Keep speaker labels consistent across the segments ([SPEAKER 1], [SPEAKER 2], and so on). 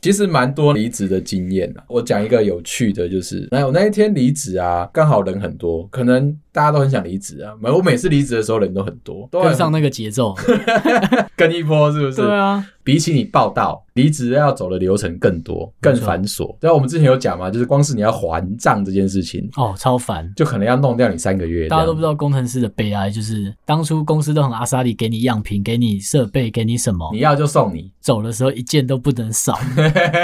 [SPEAKER 1] 其实蛮多离职的经验啊。我讲一个有趣的，就是那我那一天离职啊，刚好人很多，可能大家都很想离职啊。我每次离职的时候人都很多，都
[SPEAKER 2] 跟
[SPEAKER 1] 很
[SPEAKER 2] 上那个节 奏。
[SPEAKER 1] 跟一波，是不是？
[SPEAKER 2] 对啊，
[SPEAKER 1] 比起你报道，离职要走的流程更多、更
[SPEAKER 2] 没错
[SPEAKER 1] 繁琐。对啊，我们之前有讲嘛，就是光是你要还账这件事情，
[SPEAKER 2] 哦，超烦。
[SPEAKER 1] 就可能要弄掉你三个月。
[SPEAKER 2] 大家都不知
[SPEAKER 1] 道，
[SPEAKER 2] 道工程师的悲哀，就是当初公司都很阿莎里给你样品、给你设备、给你什么，
[SPEAKER 1] 你要就送你。
[SPEAKER 2] 走的时候一件都不 能少，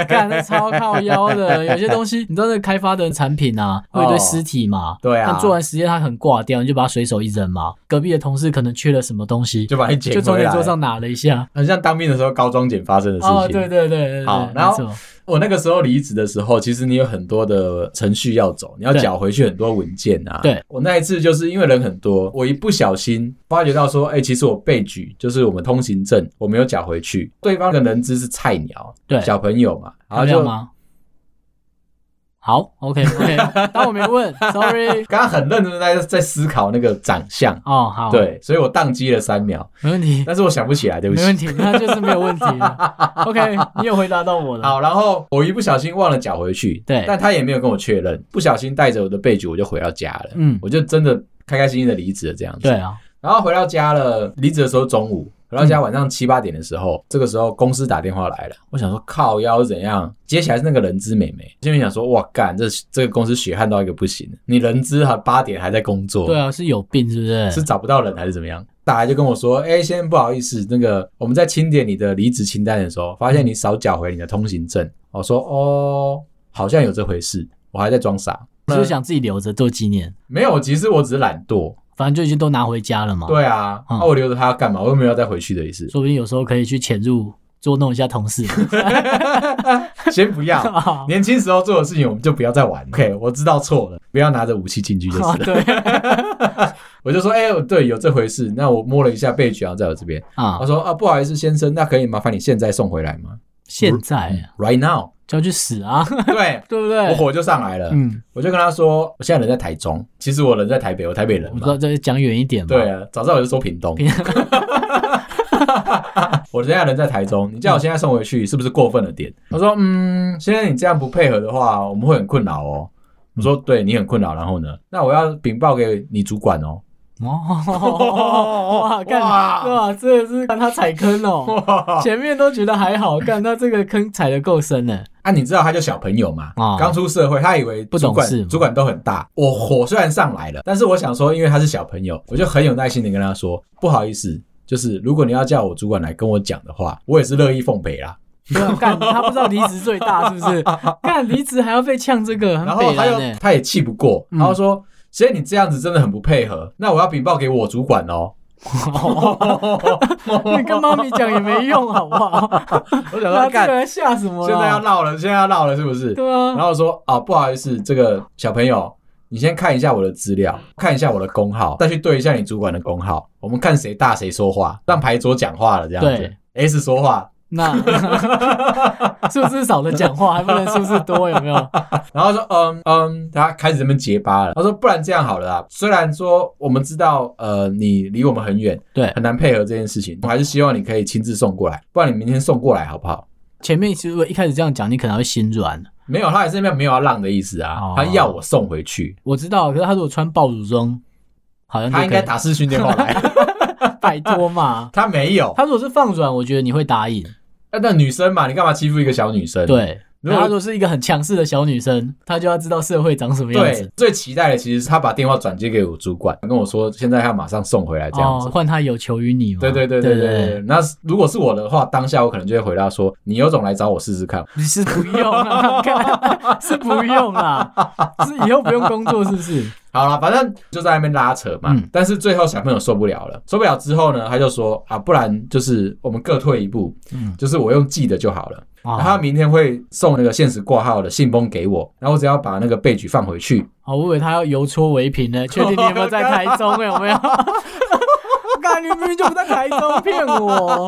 [SPEAKER 2] 干那超靠腰的。有些东西，你知道那个开发的产品啊，会有一堆
[SPEAKER 1] 哦
[SPEAKER 2] 尸体嘛，
[SPEAKER 1] 对啊
[SPEAKER 2] 但做完实验它很挂掉，你就把它随手一扔嘛。隔壁的同事可能缺了什么东西，
[SPEAKER 1] 就把你捡
[SPEAKER 2] 就从
[SPEAKER 1] 回
[SPEAKER 2] 你
[SPEAKER 1] 来
[SPEAKER 2] 桌上拿了一下。
[SPEAKER 1] 很像当兵的时候高中检发生的事情。
[SPEAKER 2] 哦，对对对对，
[SPEAKER 1] 好
[SPEAKER 2] 对
[SPEAKER 1] 然后
[SPEAKER 2] 没错
[SPEAKER 1] 我那个时候离职的时候，其实你有很多的程序要走，你要
[SPEAKER 2] 对
[SPEAKER 1] 缴回去很多文件啊。
[SPEAKER 2] 对，
[SPEAKER 1] 我那一次就是因为人很多，我一不小心发觉到说，哎、其实我被举，就是我们通行证我没有缴回去，对方的人资是菜鸟，
[SPEAKER 2] 对
[SPEAKER 1] 小朋友嘛，然后
[SPEAKER 2] 有这样
[SPEAKER 1] 就
[SPEAKER 2] 吗？好，OK OK，当我没问，Sorry。
[SPEAKER 1] 刚刚很认真地在在思考那个长相，
[SPEAKER 2] 哦，好，，
[SPEAKER 1] 对，所以我宕机了三秒，
[SPEAKER 2] 没问题，
[SPEAKER 1] 但是我想不起来，对不
[SPEAKER 2] 没
[SPEAKER 1] 起。
[SPEAKER 2] 问题，那就是没有问题 了。OK，你有回答到我了。
[SPEAKER 1] 好，然后我一不小心忘了缴回去，
[SPEAKER 2] 对
[SPEAKER 1] 但他也没有跟我确认，不小心带着我的备举我就回到家了，
[SPEAKER 2] 嗯
[SPEAKER 1] 我就真的开开心心的离职了这样子，
[SPEAKER 2] 对，啊，
[SPEAKER 1] 然后回到家了，离职的时候中午，回到家晚上七八点的时候，这个时候公司打电话来了，我想说靠腰是怎样，接起来是那个人资美眉，心里想说哇干，这这个公司血汗到一个不行，你人资还八点还在工作，
[SPEAKER 2] 对啊，是有病是不是？
[SPEAKER 1] 是找不到人还是怎么样？打来就跟我说，哎、先生不好意思，那个我们在清点你的离职清单的时候，发现你少缴回你的通行证。我说哦，好像有这回事，我还在装傻。
[SPEAKER 2] 就是想自己留着做纪念，
[SPEAKER 1] 没有，其实我只是懒惰。
[SPEAKER 2] 反正就已经都拿回家了嘛。，
[SPEAKER 1] 对啊，那、
[SPEAKER 2] 嗯
[SPEAKER 1] 我留着它要干嘛？我又没有要再回去的
[SPEAKER 2] 。
[SPEAKER 1] 意思
[SPEAKER 2] 说不定有时候可以去潜入捉弄一下同 事。
[SPEAKER 1] 先不要，
[SPEAKER 2] 啊
[SPEAKER 1] 年轻时候做的事情我们就不要再玩。OK，我知道错了，不要拿着武器进去就是啊了。
[SPEAKER 2] 对
[SPEAKER 1] 我就说，哎、对，有这回事。那我摸了一下背脊，然后在我这边，
[SPEAKER 2] 啊
[SPEAKER 1] 他，说啊，不好意思，先生，那可以麻烦你现在送回来吗
[SPEAKER 2] 现在
[SPEAKER 1] ？Right now。
[SPEAKER 2] 就要去死啊，
[SPEAKER 1] 对，
[SPEAKER 2] 对不
[SPEAKER 1] 我
[SPEAKER 2] 对？
[SPEAKER 1] 火就上来了，
[SPEAKER 2] 嗯，
[SPEAKER 1] 我就跟他说，我现在人在台中，其实我人在台北，我台北人
[SPEAKER 2] 我不知
[SPEAKER 1] 嘛
[SPEAKER 2] 道，。这讲远一点嘛。
[SPEAKER 1] 对，啊，早知道我就说屏东
[SPEAKER 2] 屏。
[SPEAKER 1] 我现在人在台中，你叫我现在送回去，是不是过分了点？他说，嗯，现在你这样不配合的话，我们会很困扰哦。
[SPEAKER 2] 嗯
[SPEAKER 1] 我说，对你很困扰，然后呢？那我要禀报给你主管哦。
[SPEAKER 2] 哦，哇，干
[SPEAKER 1] 哇
[SPEAKER 2] 哇，这是看他踩坑哦。前面都觉得还好，干他这个坑踩得够深呢。
[SPEAKER 1] 啊，你知道他就小朋友嘛
[SPEAKER 2] 哦，
[SPEAKER 1] 刚出社会，他以为
[SPEAKER 2] 不
[SPEAKER 1] 主
[SPEAKER 2] 懂
[SPEAKER 1] 管
[SPEAKER 2] 事嘛
[SPEAKER 1] 主管都很大。我火虽然上来了，但是我想说，因为他是小朋友，我就很有耐心的跟他说，不好意思，就是如果你要叫我主管来跟我讲的话，我也是乐意奉陪啦。
[SPEAKER 2] 对 啊，干他不知道离职最大是不是？干离职还要被呛这个，
[SPEAKER 1] 然
[SPEAKER 2] 很
[SPEAKER 1] 后
[SPEAKER 2] 北
[SPEAKER 1] 他
[SPEAKER 2] 蓝欸
[SPEAKER 1] 又
[SPEAKER 2] 呢。
[SPEAKER 1] 他也气不过，
[SPEAKER 2] 嗯
[SPEAKER 1] 然后说。所以你这样子真的很不配合，那我要禀报给我主管哦。
[SPEAKER 2] 你跟妈咪讲也没用，好 不好？
[SPEAKER 1] 我想说，
[SPEAKER 2] 那这个
[SPEAKER 1] 干，
[SPEAKER 2] 人吓什么
[SPEAKER 1] 现在要
[SPEAKER 2] 了？
[SPEAKER 1] 闹了，现在要闹了，是不是？
[SPEAKER 2] 对啊
[SPEAKER 1] 然，后说啊，不好意思，这个小朋友，你先看一下我的资料，看一下我的工号，再去对一下你主管的工号，我们看谁大谁说话，让牌桌讲话了这样子
[SPEAKER 2] 对。
[SPEAKER 1] S 说话，
[SPEAKER 2] 那是不是少了讲话，还不能是不是多？有没有？
[SPEAKER 1] 然后说嗯嗯，他开始这边结巴了。他说不然这样好了啦，虽然说我们知道呃你离我们很远，
[SPEAKER 2] 对，
[SPEAKER 1] 很难配合这件事情，我还是希望你可以亲自送过来，不然你明天送过来好不好？
[SPEAKER 2] 前面其实我一开始这样讲，你可能会心软。
[SPEAKER 1] 没有，他还是那边没有要让的意思啊，
[SPEAKER 2] 哦
[SPEAKER 1] 他要我送回去，
[SPEAKER 2] 我知道，可是他如果穿爆乳装，好像就
[SPEAKER 1] 他应该
[SPEAKER 2] 可以
[SPEAKER 1] 打视讯电话来，
[SPEAKER 2] 拜托嘛。
[SPEAKER 1] 他没有。
[SPEAKER 2] 他如果是放软，我觉得你会答应。
[SPEAKER 1] 那那女生嘛，你干嘛欺负一个小女生？
[SPEAKER 2] 对，
[SPEAKER 1] 如果
[SPEAKER 2] 然后他如果是一个很强势的小女生，她就要知道社会长什么样
[SPEAKER 1] 对
[SPEAKER 2] 子。，
[SPEAKER 1] 最期待的其实是他把电话转接给我主管，跟我说现在要马上送回来这样
[SPEAKER 2] 哦
[SPEAKER 1] 子。，
[SPEAKER 2] 换他有求于你嘛。
[SPEAKER 1] 对对对对
[SPEAKER 2] 对
[SPEAKER 1] 对对，那如果是我的话，当下我可能就会回答说：“你有种来找我试试看。
[SPEAKER 2] 你是不用啊，看是不用啦，是以后不用工作是不是？”
[SPEAKER 1] 好了，反正就在那边拉扯嘛。
[SPEAKER 2] 嗯
[SPEAKER 1] 但是最后小朋友受不了了，受不了之后呢，他就说：“啊，不然就是我们各退一步，
[SPEAKER 2] 嗯，
[SPEAKER 1] 就是我用寄的就好了。然后他
[SPEAKER 2] 啊，
[SPEAKER 1] 明天会送那个限时挂号的信封给我，然后我只要把那个备举放回去，
[SPEAKER 2] 好，哦我以为他要邮戳为凭呢，确定你有没有在台中？有 没有？看你明明就不在台中，骗我！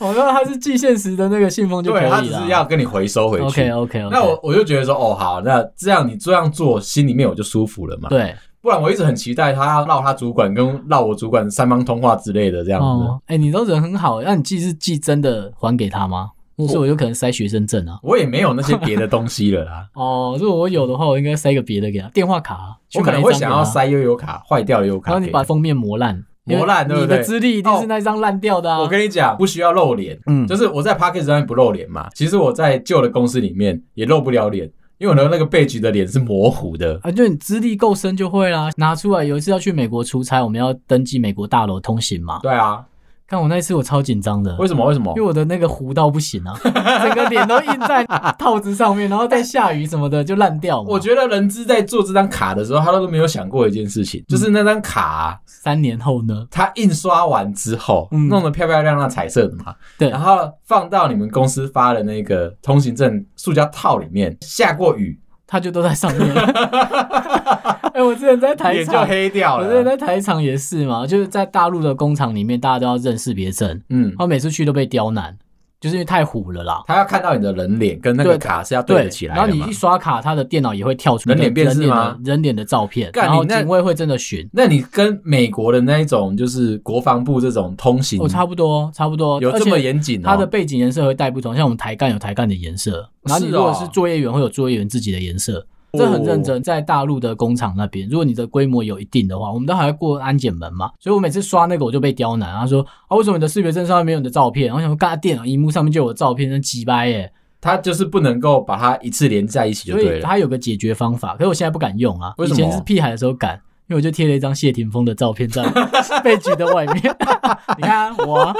[SPEAKER 2] 我说他是寄现实的那个信封就可以
[SPEAKER 1] 对
[SPEAKER 2] 了。
[SPEAKER 1] 他只是要跟你回收回去。
[SPEAKER 2] OK OK OK。
[SPEAKER 1] 那我我就觉得说，哦，好，那这样你这样做，心里面我就舒服了嘛。
[SPEAKER 2] 对
[SPEAKER 1] 不然我一直很期待他要绕他主管跟绕我主管
[SPEAKER 2] 哦
[SPEAKER 1] 三方通话之类的这样子。
[SPEAKER 2] 哦，哎，你都人很好，那你寄是寄真的还给他吗？所以我有可能塞学生证啊。。
[SPEAKER 1] 我也没有那些别的东西了啦
[SPEAKER 2] 哦，如果我有的话，我应该塞个别的给他，电话卡啊、 去
[SPEAKER 1] 我
[SPEAKER 2] 买
[SPEAKER 1] 可能会
[SPEAKER 2] 一
[SPEAKER 1] 想
[SPEAKER 2] 张给
[SPEAKER 1] 要
[SPEAKER 2] 他，
[SPEAKER 1] 塞悠悠卡，坏掉的悠悠卡给
[SPEAKER 2] 然后
[SPEAKER 1] 你。
[SPEAKER 2] 你把封面磨烂，因为
[SPEAKER 1] 磨烂对不
[SPEAKER 2] 你的
[SPEAKER 1] 对
[SPEAKER 2] 资历一定
[SPEAKER 1] 哦
[SPEAKER 2] 是那张烂掉的啊。
[SPEAKER 1] 我跟你讲，不需要露脸，
[SPEAKER 2] 嗯
[SPEAKER 1] 就是我在 p a c k e t 上面不露脸嘛。其实我在旧的公司里面也露不了脸，因为我的那个背局的脸是模糊的。
[SPEAKER 2] 啊，就你资历够深就会啦。拿出来，有一次要去美国出差，我们要登记美国大楼通行嘛。
[SPEAKER 1] 对啊，
[SPEAKER 2] 看我那一次我超紧张的，
[SPEAKER 1] 为什么？为什么
[SPEAKER 2] 因为？我的那个糊到不 行啊，整个脸都印在套子上面，然后再下雨什么的就烂掉嘛。
[SPEAKER 1] 我觉得人资在做这张卡的时候，他都没有想过一件事
[SPEAKER 2] 嗯
[SPEAKER 1] 情，就是那张卡啊、
[SPEAKER 2] 三年后呢，
[SPEAKER 1] 它印刷完之后，
[SPEAKER 2] 嗯
[SPEAKER 1] 弄得漂漂亮亮彩色的嘛，
[SPEAKER 2] 对
[SPEAKER 1] 然后放到你们公司发的那个通行证塑胶套里面，下过雨
[SPEAKER 2] 它就都在上 面。哎、我之前在台
[SPEAKER 1] 脸就
[SPEAKER 2] 场，
[SPEAKER 1] 黑掉
[SPEAKER 2] 我之
[SPEAKER 1] 了。
[SPEAKER 2] 前在台场也是嘛，就是在大陆的工厂里面，大家都要认识别证，然
[SPEAKER 1] 嗯，
[SPEAKER 2] 后每次去都被刁难，就是因为太糊了啦。
[SPEAKER 1] 他要看到你的人脸跟那个
[SPEAKER 2] 对
[SPEAKER 1] 卡是要对
[SPEAKER 2] 对
[SPEAKER 1] 得起，来
[SPEAKER 2] 然后
[SPEAKER 1] 的
[SPEAKER 2] 你
[SPEAKER 1] 嘛
[SPEAKER 2] 一。刷卡，它的电脑也会跳出
[SPEAKER 1] 人
[SPEAKER 2] 的
[SPEAKER 1] 脸辨识
[SPEAKER 2] 人脸的
[SPEAKER 1] 吗
[SPEAKER 2] 人脸的照片，
[SPEAKER 1] 干
[SPEAKER 2] 然后
[SPEAKER 1] 你那
[SPEAKER 2] 警卫会真的巡。
[SPEAKER 1] 那你跟美国的那一种就是国防部这种通行
[SPEAKER 2] 哦，，差不多，差不多，
[SPEAKER 1] 有
[SPEAKER 2] 而
[SPEAKER 1] 这么
[SPEAKER 2] 且
[SPEAKER 1] 严谨哦？
[SPEAKER 2] 它的背景颜色会带不同，像我们台干有台干的颜色，然后你
[SPEAKER 1] 是
[SPEAKER 2] 如果
[SPEAKER 1] 哦
[SPEAKER 2] 是作业员会有作业员自己的颜色，
[SPEAKER 1] 哦
[SPEAKER 2] 这很认真。在大陆的工厂那边，如果你的规模有一定的话，我们都还要过安检门嘛，所以我每次刷那个我就被刁难，他说啊为什么你的识别证上面没有你的照片？然后想说，嘎电脑荧幕上面就有我的照片，那鸡掰耶！
[SPEAKER 1] 他就是不能够把它一次连在一起就
[SPEAKER 2] 所
[SPEAKER 1] 对
[SPEAKER 2] 以
[SPEAKER 1] 了。
[SPEAKER 2] 它有个解决方法，可是我现在不敢用啊，
[SPEAKER 1] 为
[SPEAKER 2] 以
[SPEAKER 1] 什么
[SPEAKER 2] 前是屁孩的时候敢。因为我就贴了一张谢霆锋的照片 在被举的外面，你看我啊，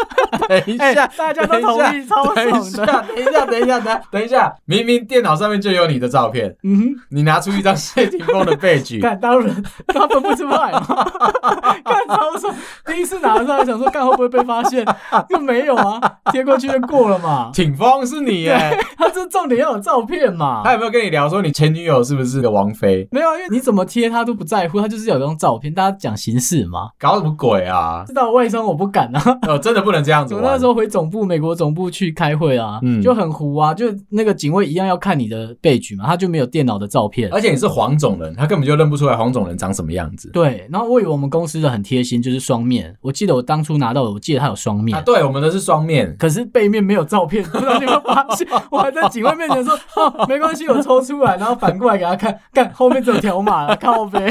[SPEAKER 1] 等一
[SPEAKER 2] 哎、
[SPEAKER 1] 下，
[SPEAKER 2] 大家都同意，超
[SPEAKER 1] 等一
[SPEAKER 2] 爽的，
[SPEAKER 1] 下，等一下，等一下，等等一下，明明电脑上面就有你的照片，
[SPEAKER 2] 嗯哼。
[SPEAKER 1] 你拿出一张谢霆锋的背举，
[SPEAKER 2] 干当然，他分不出来 嘛，干超爽。第一次拿上来想说，干会不会被发现？又没有啊，贴过去就过了嘛。
[SPEAKER 1] 挺峰是你耶。
[SPEAKER 2] 他这重点要有照片嘛
[SPEAKER 1] 他。有没有跟你聊说你前女友是不是个王妃？
[SPEAKER 2] 没有啊，因为你怎么贴他都不在乎，他就是有张照片，大家讲形式嘛。
[SPEAKER 1] 搞什么鬼啊？
[SPEAKER 2] 知道外商我不敢啊，
[SPEAKER 1] 哦，真的不能这样子
[SPEAKER 2] 我
[SPEAKER 1] 玩。
[SPEAKER 2] 那时候回总部，美国总部去开会啊，
[SPEAKER 1] 嗯
[SPEAKER 2] 就很糊啊，就那个警卫一样要看你的备举嘛，他就没有电脑的照片。
[SPEAKER 1] 而且你是黄种人，他根本就认不出来黄种人长什么样子。
[SPEAKER 2] 对，然后我以为我们公司的很贴心，就是双面。我记得我当初拿到的，我记得它有双面
[SPEAKER 1] 啊，，对，我们的是双面，
[SPEAKER 2] 可是背面没有照片，不知道你有没有发现？我还在警卫面前说，哦，没关系，我抽出来，然后反过来给他看，看后面只有条码了，靠背。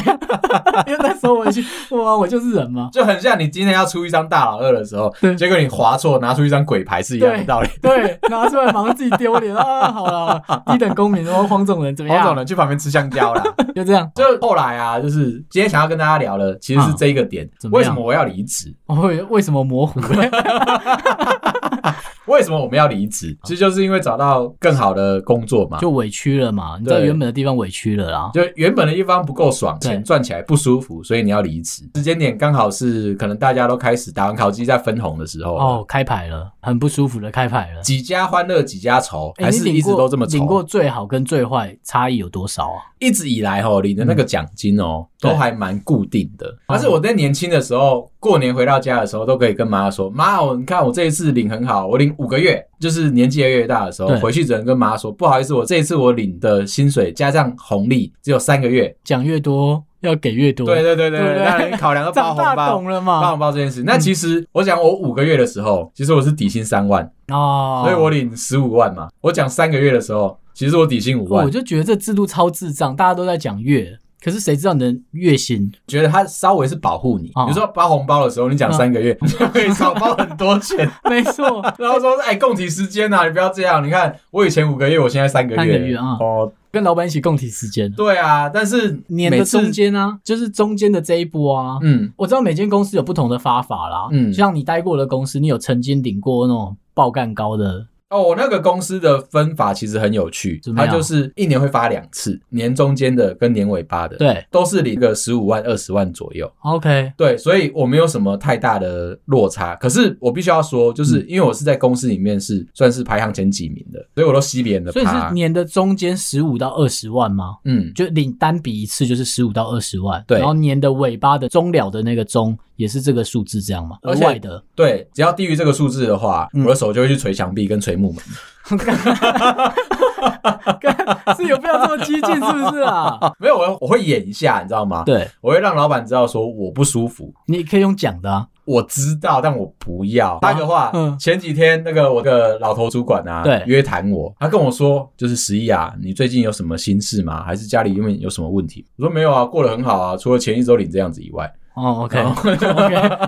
[SPEAKER 2] 因为那时候我已经，哇，我就是人嘛。
[SPEAKER 1] 就很像你今天要出一张大老二的时候
[SPEAKER 2] 对，
[SPEAKER 1] 结果你划错，拿出一张鬼牌是一样的
[SPEAKER 2] 对
[SPEAKER 1] 道理。
[SPEAKER 2] 对，拿出来马上自己丢脸啊！好了，好啦低等公民，然后黄种人怎么
[SPEAKER 1] 黄种
[SPEAKER 2] 样？
[SPEAKER 1] 人去旁边吃香 蕉啦。
[SPEAKER 2] 就这样，
[SPEAKER 1] 就后来啊，就是今天想要跟大家聊的，其实是这一个点，
[SPEAKER 2] 嗯怎么
[SPEAKER 1] 为
[SPEAKER 2] 样
[SPEAKER 1] 什么我要离职？
[SPEAKER 2] 我会为什么模糊？
[SPEAKER 1] 为什么我们要离职？其实就是因为找到更好的工作嘛。
[SPEAKER 2] 啊就委屈了 嘛，你在
[SPEAKER 1] 对
[SPEAKER 2] 原本的地方委屈了啦。
[SPEAKER 1] 就原本的一方不够爽，
[SPEAKER 2] 对
[SPEAKER 1] 钱赚起来不舒服，所以你要离职。时间点刚好是可能大家都开始打完烤鸡在分红的时候，
[SPEAKER 2] 哦，开牌了，很不舒服的开牌了。
[SPEAKER 1] 几家欢乐几家愁，
[SPEAKER 2] 哎
[SPEAKER 1] 还
[SPEAKER 2] 你
[SPEAKER 1] 是
[SPEAKER 2] 领
[SPEAKER 1] 一直
[SPEAKER 2] 过
[SPEAKER 1] 都这么
[SPEAKER 2] 领过
[SPEAKER 1] 愁。
[SPEAKER 2] 最好跟最坏差异有多少啊？
[SPEAKER 1] 一直以来哦，领的那个奖金哦，
[SPEAKER 2] 对
[SPEAKER 1] 都还蛮固定的。但是我在年轻的时候，过年回到家的时候，都可以跟妈说：“妈，我你看我这一次领很好，我领五个月。”就是年纪越来越大的时候，
[SPEAKER 2] 对
[SPEAKER 1] 回去只能跟妈说：“不好意思，我这一次我领的薪水加上红利只有三个月。
[SPEAKER 2] 讲越多要给越”多。
[SPEAKER 1] 对对对对
[SPEAKER 2] 对不
[SPEAKER 1] 对，
[SPEAKER 2] 对
[SPEAKER 1] 让人考量到包
[SPEAKER 2] 长
[SPEAKER 1] 红
[SPEAKER 2] 大
[SPEAKER 1] 包。
[SPEAKER 2] 懂了
[SPEAKER 1] 发
[SPEAKER 2] 嘛？
[SPEAKER 1] 红包这件事。那其实我讲我五个月的时候，其实我是底薪三万，
[SPEAKER 2] 哦，
[SPEAKER 1] 所以我领十五万嘛。我讲三个月的时候，其实我底薪五
[SPEAKER 2] 我
[SPEAKER 1] 万，
[SPEAKER 2] 就觉得这制度超智障，大家都在讲月，可是谁知道你的月 薪？
[SPEAKER 1] 觉得他稍微是保护你。
[SPEAKER 2] 哦嗯
[SPEAKER 1] 比如说包红包的时候，你讲三个月， 你就可以少包很多 钱。
[SPEAKER 2] 没错，
[SPEAKER 1] 然后说，哎，供体时间呐，你不要这样。你看我以前五个月，我现在三个月。
[SPEAKER 2] 三个月啊
[SPEAKER 1] 哦，
[SPEAKER 2] 跟老板一起共体时间，
[SPEAKER 1] 对啊，但是
[SPEAKER 2] 年
[SPEAKER 1] 每
[SPEAKER 2] 的
[SPEAKER 1] 次
[SPEAKER 2] 中，间啊，就是中间的这一波啊。
[SPEAKER 1] 嗯，
[SPEAKER 2] 我知道每间公司有不同的发法啦，
[SPEAKER 1] 嗯
[SPEAKER 2] 嗯，像你待过的公司，你有曾经领过那种爆干高的，
[SPEAKER 1] 哦，我那个公司的分法其实很有趣
[SPEAKER 2] 怎，么
[SPEAKER 1] 它
[SPEAKER 2] 样
[SPEAKER 1] 就是一年会发两次，年中间的跟年尾巴的，，
[SPEAKER 2] 对
[SPEAKER 1] 都是领个十五万、二十万左右。
[SPEAKER 2] ，OK，
[SPEAKER 1] 对，所以我没有什么太大的落差。可是我必须要说，
[SPEAKER 2] 嗯
[SPEAKER 1] 就是因为我是在公司里面是算是排行前几名的，所以我都吸脸了。
[SPEAKER 2] 所以是年的中间十五到二十万吗？
[SPEAKER 1] 嗯，
[SPEAKER 2] 就领单笔一次就是十五到二十万，
[SPEAKER 1] 对
[SPEAKER 2] 然后年的尾巴的终了的那个终也是这个数字这样嘛，额
[SPEAKER 1] 而且
[SPEAKER 2] 外的，
[SPEAKER 1] 对，只要低于这个数字的话，
[SPEAKER 2] 嗯
[SPEAKER 1] 我的手就会去捶墙壁跟捶木门。
[SPEAKER 2] 是有必要这么激进是不是 啊？
[SPEAKER 1] 没有，我我会演一下，你知道吗？，
[SPEAKER 2] 对，
[SPEAKER 1] 我会让老板知道说我不舒服。
[SPEAKER 2] 你可以用讲的啊，
[SPEAKER 1] 我知道，但我不要。那个话，
[SPEAKER 2] 嗯
[SPEAKER 1] 前几天那个我的老头主管啊，
[SPEAKER 2] 对
[SPEAKER 1] 约谈我，他跟我说，就是十一啊，你最近有什么心事吗？还是家里因为有什么问题？我说没有啊，过得很好啊，除了前一周领这样子以外。
[SPEAKER 2] 哦，OK OK，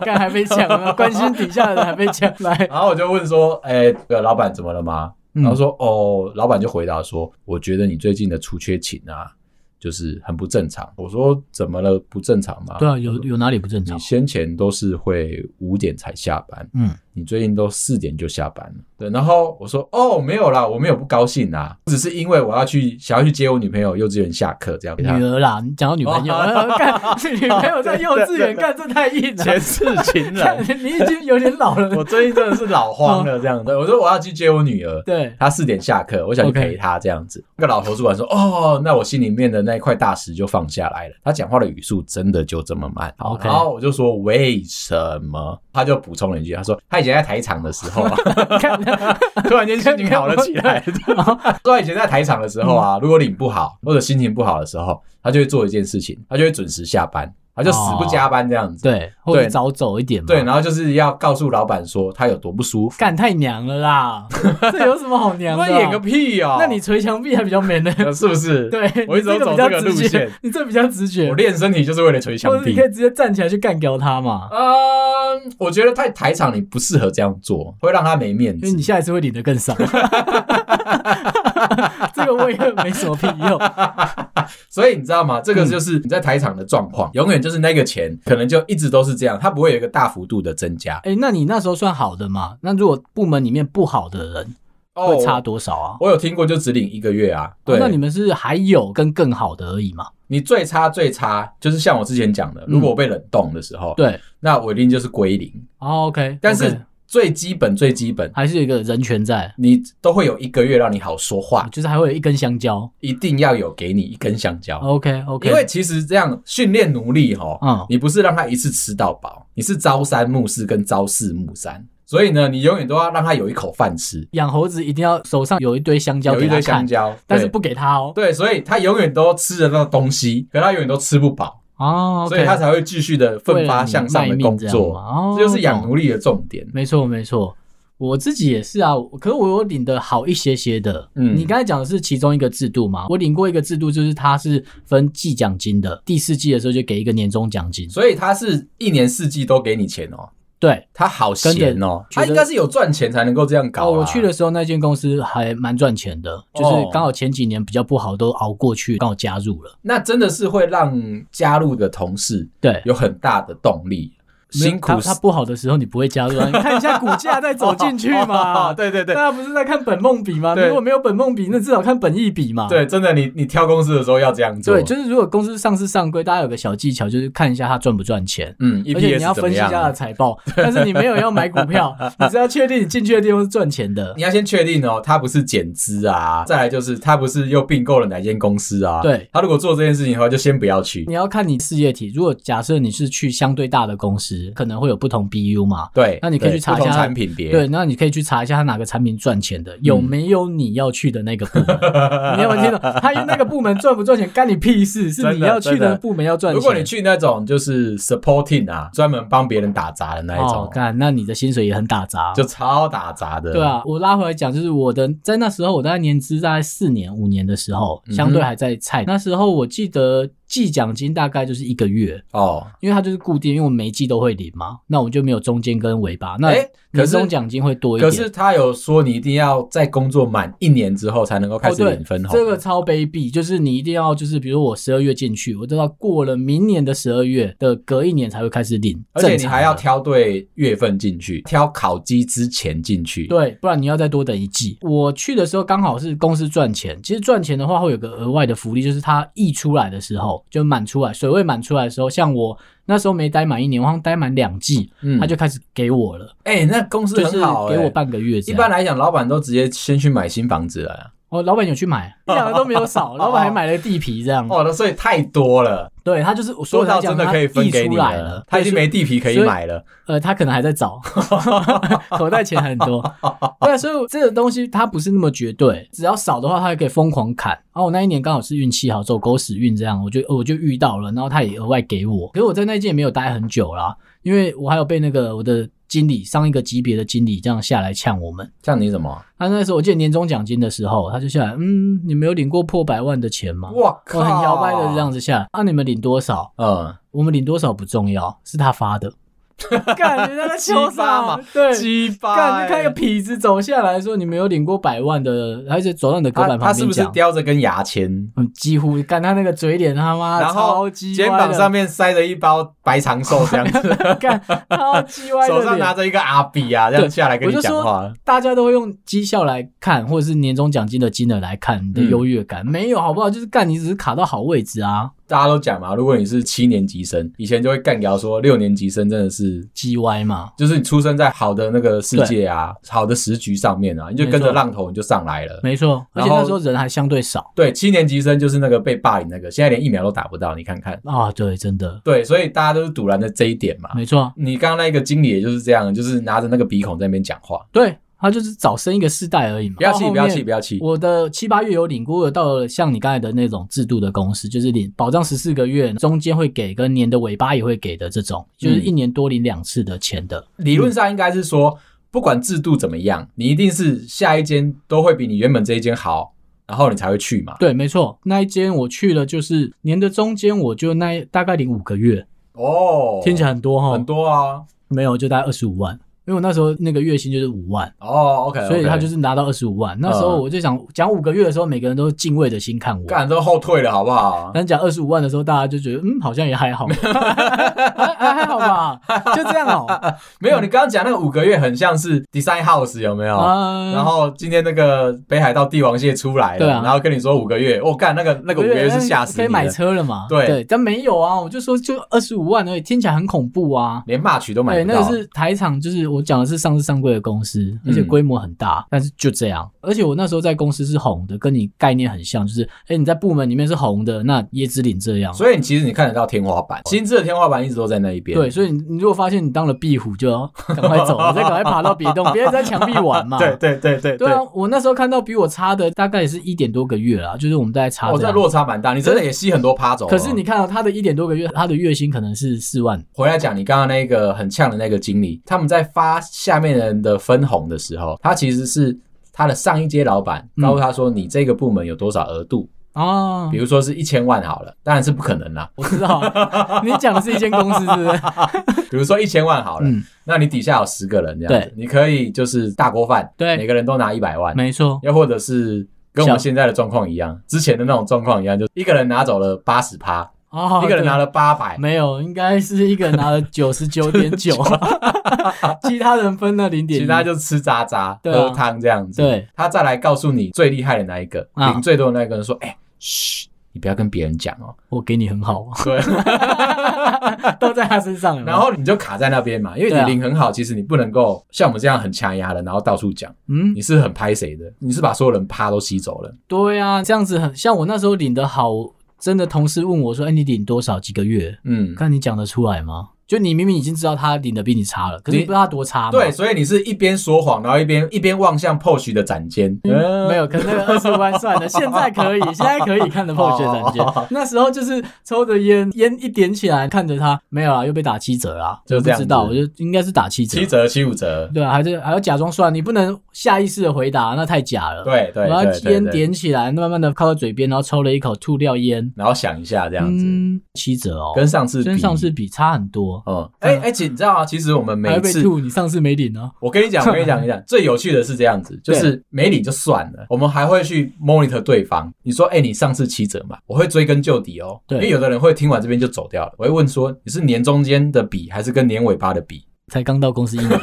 [SPEAKER 2] 刚还被抢了，关心底下的人还被抢来，
[SPEAKER 1] 然后我就问说，哎、这个老板怎么了吗？
[SPEAKER 2] 嗯
[SPEAKER 1] 然后说，哦，老板就回答说，我觉得你最近的出缺勤啊，就是很不正常。我说怎么了？不正常吗？
[SPEAKER 2] 对啊，有有哪里不正常
[SPEAKER 1] 你？先前都是会五点才下班，
[SPEAKER 2] 嗯，
[SPEAKER 1] 你最近都四点就下班了。对，然后我说哦，没有啦，我没有不高兴啦，只是因为我要去想要去接我女朋友幼稚园下课这样。
[SPEAKER 2] 女儿啦，你讲到 女朋友，干女朋友在幼稚园干，这太 硬了。
[SPEAKER 1] 世情
[SPEAKER 2] 看，你已经有点老了。
[SPEAKER 1] 我最近真的是老慌
[SPEAKER 2] 嗯
[SPEAKER 1] 了这样子。我说我要去接我女儿，
[SPEAKER 2] 对，
[SPEAKER 1] 她四点下课，我想去
[SPEAKER 2] OK
[SPEAKER 1] 陪她这样子。那个老头主管说哦，那我心里面的那一块大石就放下来了。他讲话的语速真的就这么慢。好
[SPEAKER 2] OK
[SPEAKER 1] 然后我就说为什么？他就补充了一句，他说他以前在台场的时候啊。
[SPEAKER 2] 看，
[SPEAKER 1] 突然间心情好了起来。说以前在台场的时候啊，如果领不好或者心情不好的时候，他就会做一件事情，他就会准时下班，他就死不加班这样子。
[SPEAKER 2] 哦对，或者早走一点嘛。
[SPEAKER 1] 对，然后就是要告诉老板说他有多不舒服。
[SPEAKER 2] 干太娘了 啦，这有什么好娘的
[SPEAKER 1] 那
[SPEAKER 2] 啊？
[SPEAKER 1] 演个屁哦！呃
[SPEAKER 2] 那你捶墙壁还比较 美呢。
[SPEAKER 1] 是不 是？
[SPEAKER 2] 对，
[SPEAKER 1] 我一直都
[SPEAKER 2] 你
[SPEAKER 1] 走
[SPEAKER 2] 比较
[SPEAKER 1] 这个路
[SPEAKER 2] 直觉
[SPEAKER 1] 线，
[SPEAKER 2] 你这比较直觉
[SPEAKER 1] 我。练身体就是为了捶
[SPEAKER 2] 或
[SPEAKER 1] 墙
[SPEAKER 2] 者你
[SPEAKER 1] 壁
[SPEAKER 2] 可。以直接站起来去干掉 他嘛，
[SPEAKER 1] 嗯，我觉得在台场你不适合这样做，会让他没面
[SPEAKER 2] 因为你
[SPEAKER 1] 子。
[SPEAKER 2] 下一次会领得更少。 这个威吓没什么屁用。
[SPEAKER 1] 所以你知道吗？这个
[SPEAKER 2] 嗯
[SPEAKER 1] 就是你在台场的状况，永远就是那个钱可能就一直都是这样，它不会有一个大幅度的增加。
[SPEAKER 2] 哎、那你那时候算好的嘛？那如果部门里面不好的人
[SPEAKER 1] 哦
[SPEAKER 2] 会差多少啊？
[SPEAKER 1] 我有听过，就只领一个月啊。对，
[SPEAKER 2] 哦那你们是还有跟更好的而已嘛？
[SPEAKER 1] 你最差最差就是像我之前讲的，如果我被冷冻的时候，
[SPEAKER 2] 嗯对、
[SPEAKER 1] 那我一定就是归零。
[SPEAKER 2] 哦、，OK。
[SPEAKER 1] 哦但是最基本最基本，
[SPEAKER 2] 还是有一个人权在，
[SPEAKER 1] 你都会有一个月让你好说话，
[SPEAKER 2] 就是还会有一根香蕉。
[SPEAKER 1] 一定要有给你一根香蕉。
[SPEAKER 2] OK 哦 OK。
[SPEAKER 1] 哦因为其实这样训练奴隶哈，
[SPEAKER 2] 嗯
[SPEAKER 1] 你不是让他一次吃到饱，你是朝三暮四跟朝四暮三，所以呢，你永远都要让他有一口饭吃，
[SPEAKER 2] 养猴子一定要手上有一堆香蕉
[SPEAKER 1] 有
[SPEAKER 2] 给
[SPEAKER 1] 一
[SPEAKER 2] 他
[SPEAKER 1] 堆
[SPEAKER 2] 看，
[SPEAKER 1] 香蕉，
[SPEAKER 2] 但是
[SPEAKER 1] 对
[SPEAKER 2] 不给他哦。
[SPEAKER 1] 对，所以他永远都吃得到东西，可他永远都吃不饱。
[SPEAKER 2] 哦，
[SPEAKER 1] 所以他才会继续的奋发向上的工作。
[SPEAKER 2] 哦，
[SPEAKER 1] 这就是养
[SPEAKER 2] 懂
[SPEAKER 1] 奴隶的重点。
[SPEAKER 2] 没错没错，我自己也是啊，我可是我有领的好一些些的。
[SPEAKER 1] 嗯
[SPEAKER 2] 你刚才讲的是其中一个制度嘛？我领过一个制度，就是它是分季奖金的，第四季的时候就给一个年终奖金。
[SPEAKER 1] 所以他是一年四季都给你钱哦，
[SPEAKER 2] 对，
[SPEAKER 1] 他好闲
[SPEAKER 2] 真
[SPEAKER 1] 哦
[SPEAKER 2] 的，
[SPEAKER 1] 他应该是有赚钱才能够这样搞、啊哦
[SPEAKER 2] 哦，我去的时候那间公司还蛮赚钱的，就是刚好前几年比较不好都熬过去，刚好加入了。
[SPEAKER 1] 那真的是会让加入的同事
[SPEAKER 2] 对。
[SPEAKER 1] 有很大的动力，辛苦
[SPEAKER 2] 他他不好的时候你不会加入啊，你看一下股价再走进去 嘛。
[SPEAKER 1] 哦对对对
[SPEAKER 2] 大家不是在看本梦比吗？
[SPEAKER 1] 对
[SPEAKER 2] 如果没有本梦比，那至少看本益比嘛。
[SPEAKER 1] 对，真的，你你挑公司的时候要这样做，
[SPEAKER 2] 啊对，就是如果公司上市上规，大家有个小技巧，就是看一下它赚不赚钱。
[SPEAKER 1] 嗯
[SPEAKER 2] 而且你要
[SPEAKER 1] ，EPS 怎么
[SPEAKER 2] 分析一下它的
[SPEAKER 1] 样？
[SPEAKER 2] 财报，但是你没有要买 股票，你只要确定你进去的地方是赚钱的
[SPEAKER 1] 你。要先确定哦，他不是减资啊，再来就是他不是又并购了哪间公司啊？
[SPEAKER 2] 对嗯
[SPEAKER 1] 他如果做这件事情的话，就先不要去
[SPEAKER 2] 你。要看你事业体，如果假设你是去相对大的公司，可能会有不同 BU 嘛。
[SPEAKER 1] 对，
[SPEAKER 2] 那你可以
[SPEAKER 1] 对
[SPEAKER 2] 去查一
[SPEAKER 1] 不同
[SPEAKER 2] 下
[SPEAKER 1] 产品别，嗯
[SPEAKER 2] 对，那你可以去查一下它哪个产品赚钱的，有没有你要去的那个部门？你有没有听懂？他那个部门赚不赚钱干你屁事，是
[SPEAKER 1] 真
[SPEAKER 2] 你
[SPEAKER 1] 的
[SPEAKER 2] 要去
[SPEAKER 1] 真的
[SPEAKER 2] 的部门要赚钱。
[SPEAKER 1] 如果你去那种就是 supporting 啊，专门帮别人打杂的那一
[SPEAKER 2] 哦
[SPEAKER 1] 种，，
[SPEAKER 2] 干，那你的薪水也很打杂。
[SPEAKER 1] 就超打杂的。
[SPEAKER 2] 对，啊，我拉回来讲，就是我的在那时候，我大概年资大概四年五年的时候，
[SPEAKER 1] 嗯哼
[SPEAKER 2] 相对还在菜。那时候我记得季奖金大概就是一个月，
[SPEAKER 1] 哦，
[SPEAKER 2] 因为它就是固定，因为我每一季都会领嘛，那我就没有中间跟尾巴。那
[SPEAKER 1] 哎可
[SPEAKER 2] 年
[SPEAKER 1] 是
[SPEAKER 2] 终奖金会多一
[SPEAKER 1] 可
[SPEAKER 2] 点。
[SPEAKER 1] 是他有说你一定要在工作满一年之后才能够开始领分
[SPEAKER 2] 哦
[SPEAKER 1] 红。
[SPEAKER 2] 对这个超卑鄙，就是你一定要就是，比如我十二月进去，我都要过了明年的十二月的隔一年才会开始领，
[SPEAKER 1] 而且你
[SPEAKER 2] 正常啊
[SPEAKER 1] 还要
[SPEAKER 2] 的
[SPEAKER 1] 挑对月份进去，挑烤鸡之前进去。，
[SPEAKER 2] 对，不然你要再多等一季。我去的时候刚好是公司赚钱，其实赚钱的话会有个额外的福利，就是它溢出来的时候就满出来，水位满出来的时候，像我那时候没待满一年，我好像待满两季，
[SPEAKER 1] 嗯
[SPEAKER 2] 他就开始给我了，
[SPEAKER 1] 哎、那公司
[SPEAKER 2] 就是
[SPEAKER 1] 很好、欸，
[SPEAKER 2] 给我半个月这
[SPEAKER 1] 一
[SPEAKER 2] 样。
[SPEAKER 1] 般来讲，老板都直接先去买新房子了啊。
[SPEAKER 2] 哦，老板有去买，两个都没有少，老板还买了地皮这样。
[SPEAKER 1] 哦，那所以太多了，
[SPEAKER 2] 对他就是我
[SPEAKER 1] 多
[SPEAKER 2] 说
[SPEAKER 1] 到真的可以分给你
[SPEAKER 2] 出来了，
[SPEAKER 1] 他已经
[SPEAKER 2] 对
[SPEAKER 1] 没地皮可以
[SPEAKER 2] 所以
[SPEAKER 1] 买了。
[SPEAKER 2] 呃，他可能还在找， 口袋钱很多。对，啊所以这个东西它不是那么绝对，只要少的话，它也可以疯狂砍。然后我那一年刚好是运气好，走狗屎运这样，我就呃我就遇到了，然后他也额外给我。可是我在那一届没有待很久啦，因为我还有被那个我的经理上一个级别的经理这样下来呛我们。
[SPEAKER 1] 像你什么？啊
[SPEAKER 2] 他那时候我记得年终奖金的时候，他就下来，嗯，你们有领过破百万的钱吗？
[SPEAKER 1] 我
[SPEAKER 2] 我很摇摆的这样。子下来，啊，你们领多少？
[SPEAKER 1] 嗯，
[SPEAKER 2] 我们领多少不重要，是他发 的。感觉 在
[SPEAKER 1] 鸡巴嘛，
[SPEAKER 2] 对，
[SPEAKER 1] 鸡巴
[SPEAKER 2] 干就
[SPEAKER 1] 欸
[SPEAKER 2] 看一个痞子走下来说，你没有领过百万的，而且走到你的隔
[SPEAKER 1] 他
[SPEAKER 2] 板
[SPEAKER 1] 他
[SPEAKER 2] 旁
[SPEAKER 1] 是
[SPEAKER 2] 边
[SPEAKER 1] 不是
[SPEAKER 2] 讲，
[SPEAKER 1] 叼着根牙签？
[SPEAKER 2] 嗯，几乎干他那个嘴脸他妈
[SPEAKER 1] 然后
[SPEAKER 2] 超级
[SPEAKER 1] 肩膀上面塞着一包白长寿这样 子，
[SPEAKER 2] 干超级歪的
[SPEAKER 1] 手
[SPEAKER 2] 脸，
[SPEAKER 1] 上拿着一个阿比啊，这样下来跟
[SPEAKER 2] 我
[SPEAKER 1] 你
[SPEAKER 2] 就
[SPEAKER 1] 讲
[SPEAKER 2] 说
[SPEAKER 1] 话。，
[SPEAKER 2] 大家都会用绩效来看，或者是年终奖金的金额来看你的
[SPEAKER 1] 嗯
[SPEAKER 2] 优越感，没有好不好？就是干你只是卡到好位置啊，
[SPEAKER 1] 大家都讲嘛，如果你是七年级生，以前就会干聊说六年级生真的是。
[SPEAKER 2] 鸡歪嘛。
[SPEAKER 1] 就是你出生在好的那个世界啊，好的时局上面啊，你就跟着浪头你就上来了。
[SPEAKER 2] 没错，而
[SPEAKER 1] 然
[SPEAKER 2] 且
[SPEAKER 1] 后
[SPEAKER 2] 那时候人还相对少
[SPEAKER 1] 对，七年级生就是那个被霸凌那个，现在连疫苗都打不到，你看看。
[SPEAKER 2] 啊，对，真的，
[SPEAKER 1] 对，所以大家都是堵拦的这一点嘛。
[SPEAKER 2] 没错，
[SPEAKER 1] 你刚刚那个经理也就是这样，就是拿着那个鼻孔在那边讲话，
[SPEAKER 2] 对他就是早生一个世代而已嘛。
[SPEAKER 1] 不要气，
[SPEAKER 2] 哦到后
[SPEAKER 1] 不要
[SPEAKER 2] 面
[SPEAKER 1] 气，不要气。
[SPEAKER 2] 我的七八月有领过，有到了像你刚才的那种制度的公司，就是领保障十四个月，中间会给，跟年的尾巴也会给的这种，
[SPEAKER 1] 嗯
[SPEAKER 2] 就是一年多领两次的钱的。
[SPEAKER 1] 理论上应该是说，不管制度怎么样，你一定是下一间都会比你原本这一间好，然后你才会去嘛。
[SPEAKER 2] 对，没错，那一间我去了，就是年的中间我就那大概领五个月，
[SPEAKER 1] 哦，
[SPEAKER 2] 听起来很多哈，
[SPEAKER 1] 很多啊。
[SPEAKER 2] 没有就大概二十五万，因为我那时候那个月薪就是五万。
[SPEAKER 1] 哦，OK，
[SPEAKER 2] 所以他就是是拿到二十五万，那时候我就想讲五个月的时候，每个人都敬畏的心看我，
[SPEAKER 1] 干都后退了，好不 好？
[SPEAKER 2] 但讲二十五万的时候，大家就觉得嗯，好像也还好，还还 还好吧，就这样哦、
[SPEAKER 1] 没有，你刚刚讲那个五个月很像是 Design House 有没有？
[SPEAKER 2] 啊
[SPEAKER 1] 哦然后今天那个北海道帝王蟹出来了，
[SPEAKER 2] 对啊
[SPEAKER 1] 然后跟你说五个月，我、干那个那个五个月是吓死
[SPEAKER 2] 可
[SPEAKER 1] 你
[SPEAKER 2] 以买
[SPEAKER 1] 的，
[SPEAKER 2] 车了嘛？
[SPEAKER 1] 对
[SPEAKER 2] 但没有啊，我就说就二十五万而已，听起来很恐怖啊。
[SPEAKER 1] 连 March 都买
[SPEAKER 2] 对，
[SPEAKER 1] 不
[SPEAKER 2] 那个
[SPEAKER 1] 到。嗯
[SPEAKER 2] 是台场，就是我讲的是上市上柜的公司，而且规模很大，但是就这样。而且我那时候在公司是红的，跟你概念很像，就是哎、你在部门里面是红的，那也只领这样。
[SPEAKER 1] 所以你其实你看得到天花板，薪资的天花板一直都在那一边。
[SPEAKER 2] 对，所以你你如果发现你当了壁虎，就要赶快走，你再赶快爬到别栋，别人在墙壁玩 嘛。
[SPEAKER 1] 对对对对
[SPEAKER 2] 对啊，我那时候看到比我差的大概也是一点多个月啦，就是我们大概差
[SPEAKER 1] 我
[SPEAKER 2] 这
[SPEAKER 1] 这
[SPEAKER 2] 样。
[SPEAKER 1] 落差蛮大，你真的也吸很多趴走了。
[SPEAKER 2] 可是你看到、他的一点多个月，他的月薪可能是四万，
[SPEAKER 1] 回来讲你刚刚那个很呛的那个经理，他们在发下面人的分红的时候，他其实是他的上一阶老板
[SPEAKER 2] 嗯
[SPEAKER 1] 告诉他说，你这个部门有多少额度，
[SPEAKER 2] 哦
[SPEAKER 1] 比，如说是一千万好了，当然是不可能啦。
[SPEAKER 2] 我知 道，你讲的是一间公司，是不是？
[SPEAKER 1] 比如说一千万好了，
[SPEAKER 2] 嗯，
[SPEAKER 1] 那你底下有十个人这样子
[SPEAKER 2] 对，
[SPEAKER 1] 你可以就是大锅饭，
[SPEAKER 2] 对
[SPEAKER 1] 每个人都拿一百万，
[SPEAKER 2] 没错，
[SPEAKER 1] 又或者是。跟我
[SPEAKER 2] 小
[SPEAKER 1] 们现在的状况一样，之前的那种状况一样，就一个人拿走了八十趴，
[SPEAKER 2] 哦，
[SPEAKER 1] 一个人拿
[SPEAKER 2] 了。
[SPEAKER 1] 了八百，
[SPEAKER 2] 没有，应该是一个人拿了九十九点九，其他人分了零点一。
[SPEAKER 1] 其他就吃渣渣、
[SPEAKER 2] 对啊
[SPEAKER 1] 喝汤这样子。
[SPEAKER 2] 对，
[SPEAKER 1] 他再来告诉你最厉害的那一个，
[SPEAKER 2] 啊
[SPEAKER 1] 领最多的那一个人说：“哎、嘘，你不要跟别人讲哦。
[SPEAKER 2] 我给你 很好，”
[SPEAKER 1] 对，
[SPEAKER 2] 都在他身上了。
[SPEAKER 1] 然后你就卡在那边嘛，因为
[SPEAKER 2] 对啊
[SPEAKER 1] 你领很好，其实你不能够像我们这样很强压的，然后到处讲，
[SPEAKER 2] 嗯，
[SPEAKER 1] 你是很拍谁的，你是把所有人趴都吸走了。
[SPEAKER 2] 对啊，这样子很像我那时候领的好，真的同事问我说：“哎、你领多少几个月？”
[SPEAKER 1] 嗯，
[SPEAKER 2] 看你讲得出来吗？就你明明已经知道他领的比你差了，可是
[SPEAKER 1] 你
[SPEAKER 2] 你不知道他多差嘛？
[SPEAKER 1] 对，所以你是一边说谎，然后一边一边望向 POSH 的展间，
[SPEAKER 2] 嗯没有，可能那个二十五万 算了，现在可以，现在可以看得破血感觉。那时候就是抽着烟，烟一点起来，看着他，没有啊，又被打七折啦，
[SPEAKER 1] 就
[SPEAKER 2] 我不
[SPEAKER 1] 这样
[SPEAKER 2] 知道，
[SPEAKER 1] 子
[SPEAKER 2] 我就应该是打七折，
[SPEAKER 1] 七折、七五折，
[SPEAKER 2] 对啊，还是还要假装算，你不能下意识的回答，那太假了。
[SPEAKER 1] 对对
[SPEAKER 2] 然后
[SPEAKER 1] 对对
[SPEAKER 2] 烟
[SPEAKER 1] 对
[SPEAKER 2] 点起来，慢慢的靠到嘴边，然后抽了一口，吐掉烟，
[SPEAKER 1] 然后想一下这
[SPEAKER 2] 这
[SPEAKER 1] 样子，
[SPEAKER 2] 嗯、七折哦，
[SPEAKER 1] 跟上次
[SPEAKER 2] 跟
[SPEAKER 1] 比
[SPEAKER 2] 上次比差很多，
[SPEAKER 1] 嗯，哎、而且你知道啊，其实我们每
[SPEAKER 2] 还
[SPEAKER 1] 一
[SPEAKER 2] 被
[SPEAKER 1] 次
[SPEAKER 2] 吐，你上次没领啊？
[SPEAKER 1] 我跟你 讲，我跟你讲，我跟你讲，最有趣的是这样子，就是没理就算了，我们还会去 monitor 对方。你说，哎、你上次七折嘛，我会追根究底哦。
[SPEAKER 2] 对
[SPEAKER 1] 因为有的人会听完这边就走掉了，我会问说，你是年中间的比，还是跟年尾巴的比？
[SPEAKER 2] 才刚到公司一年，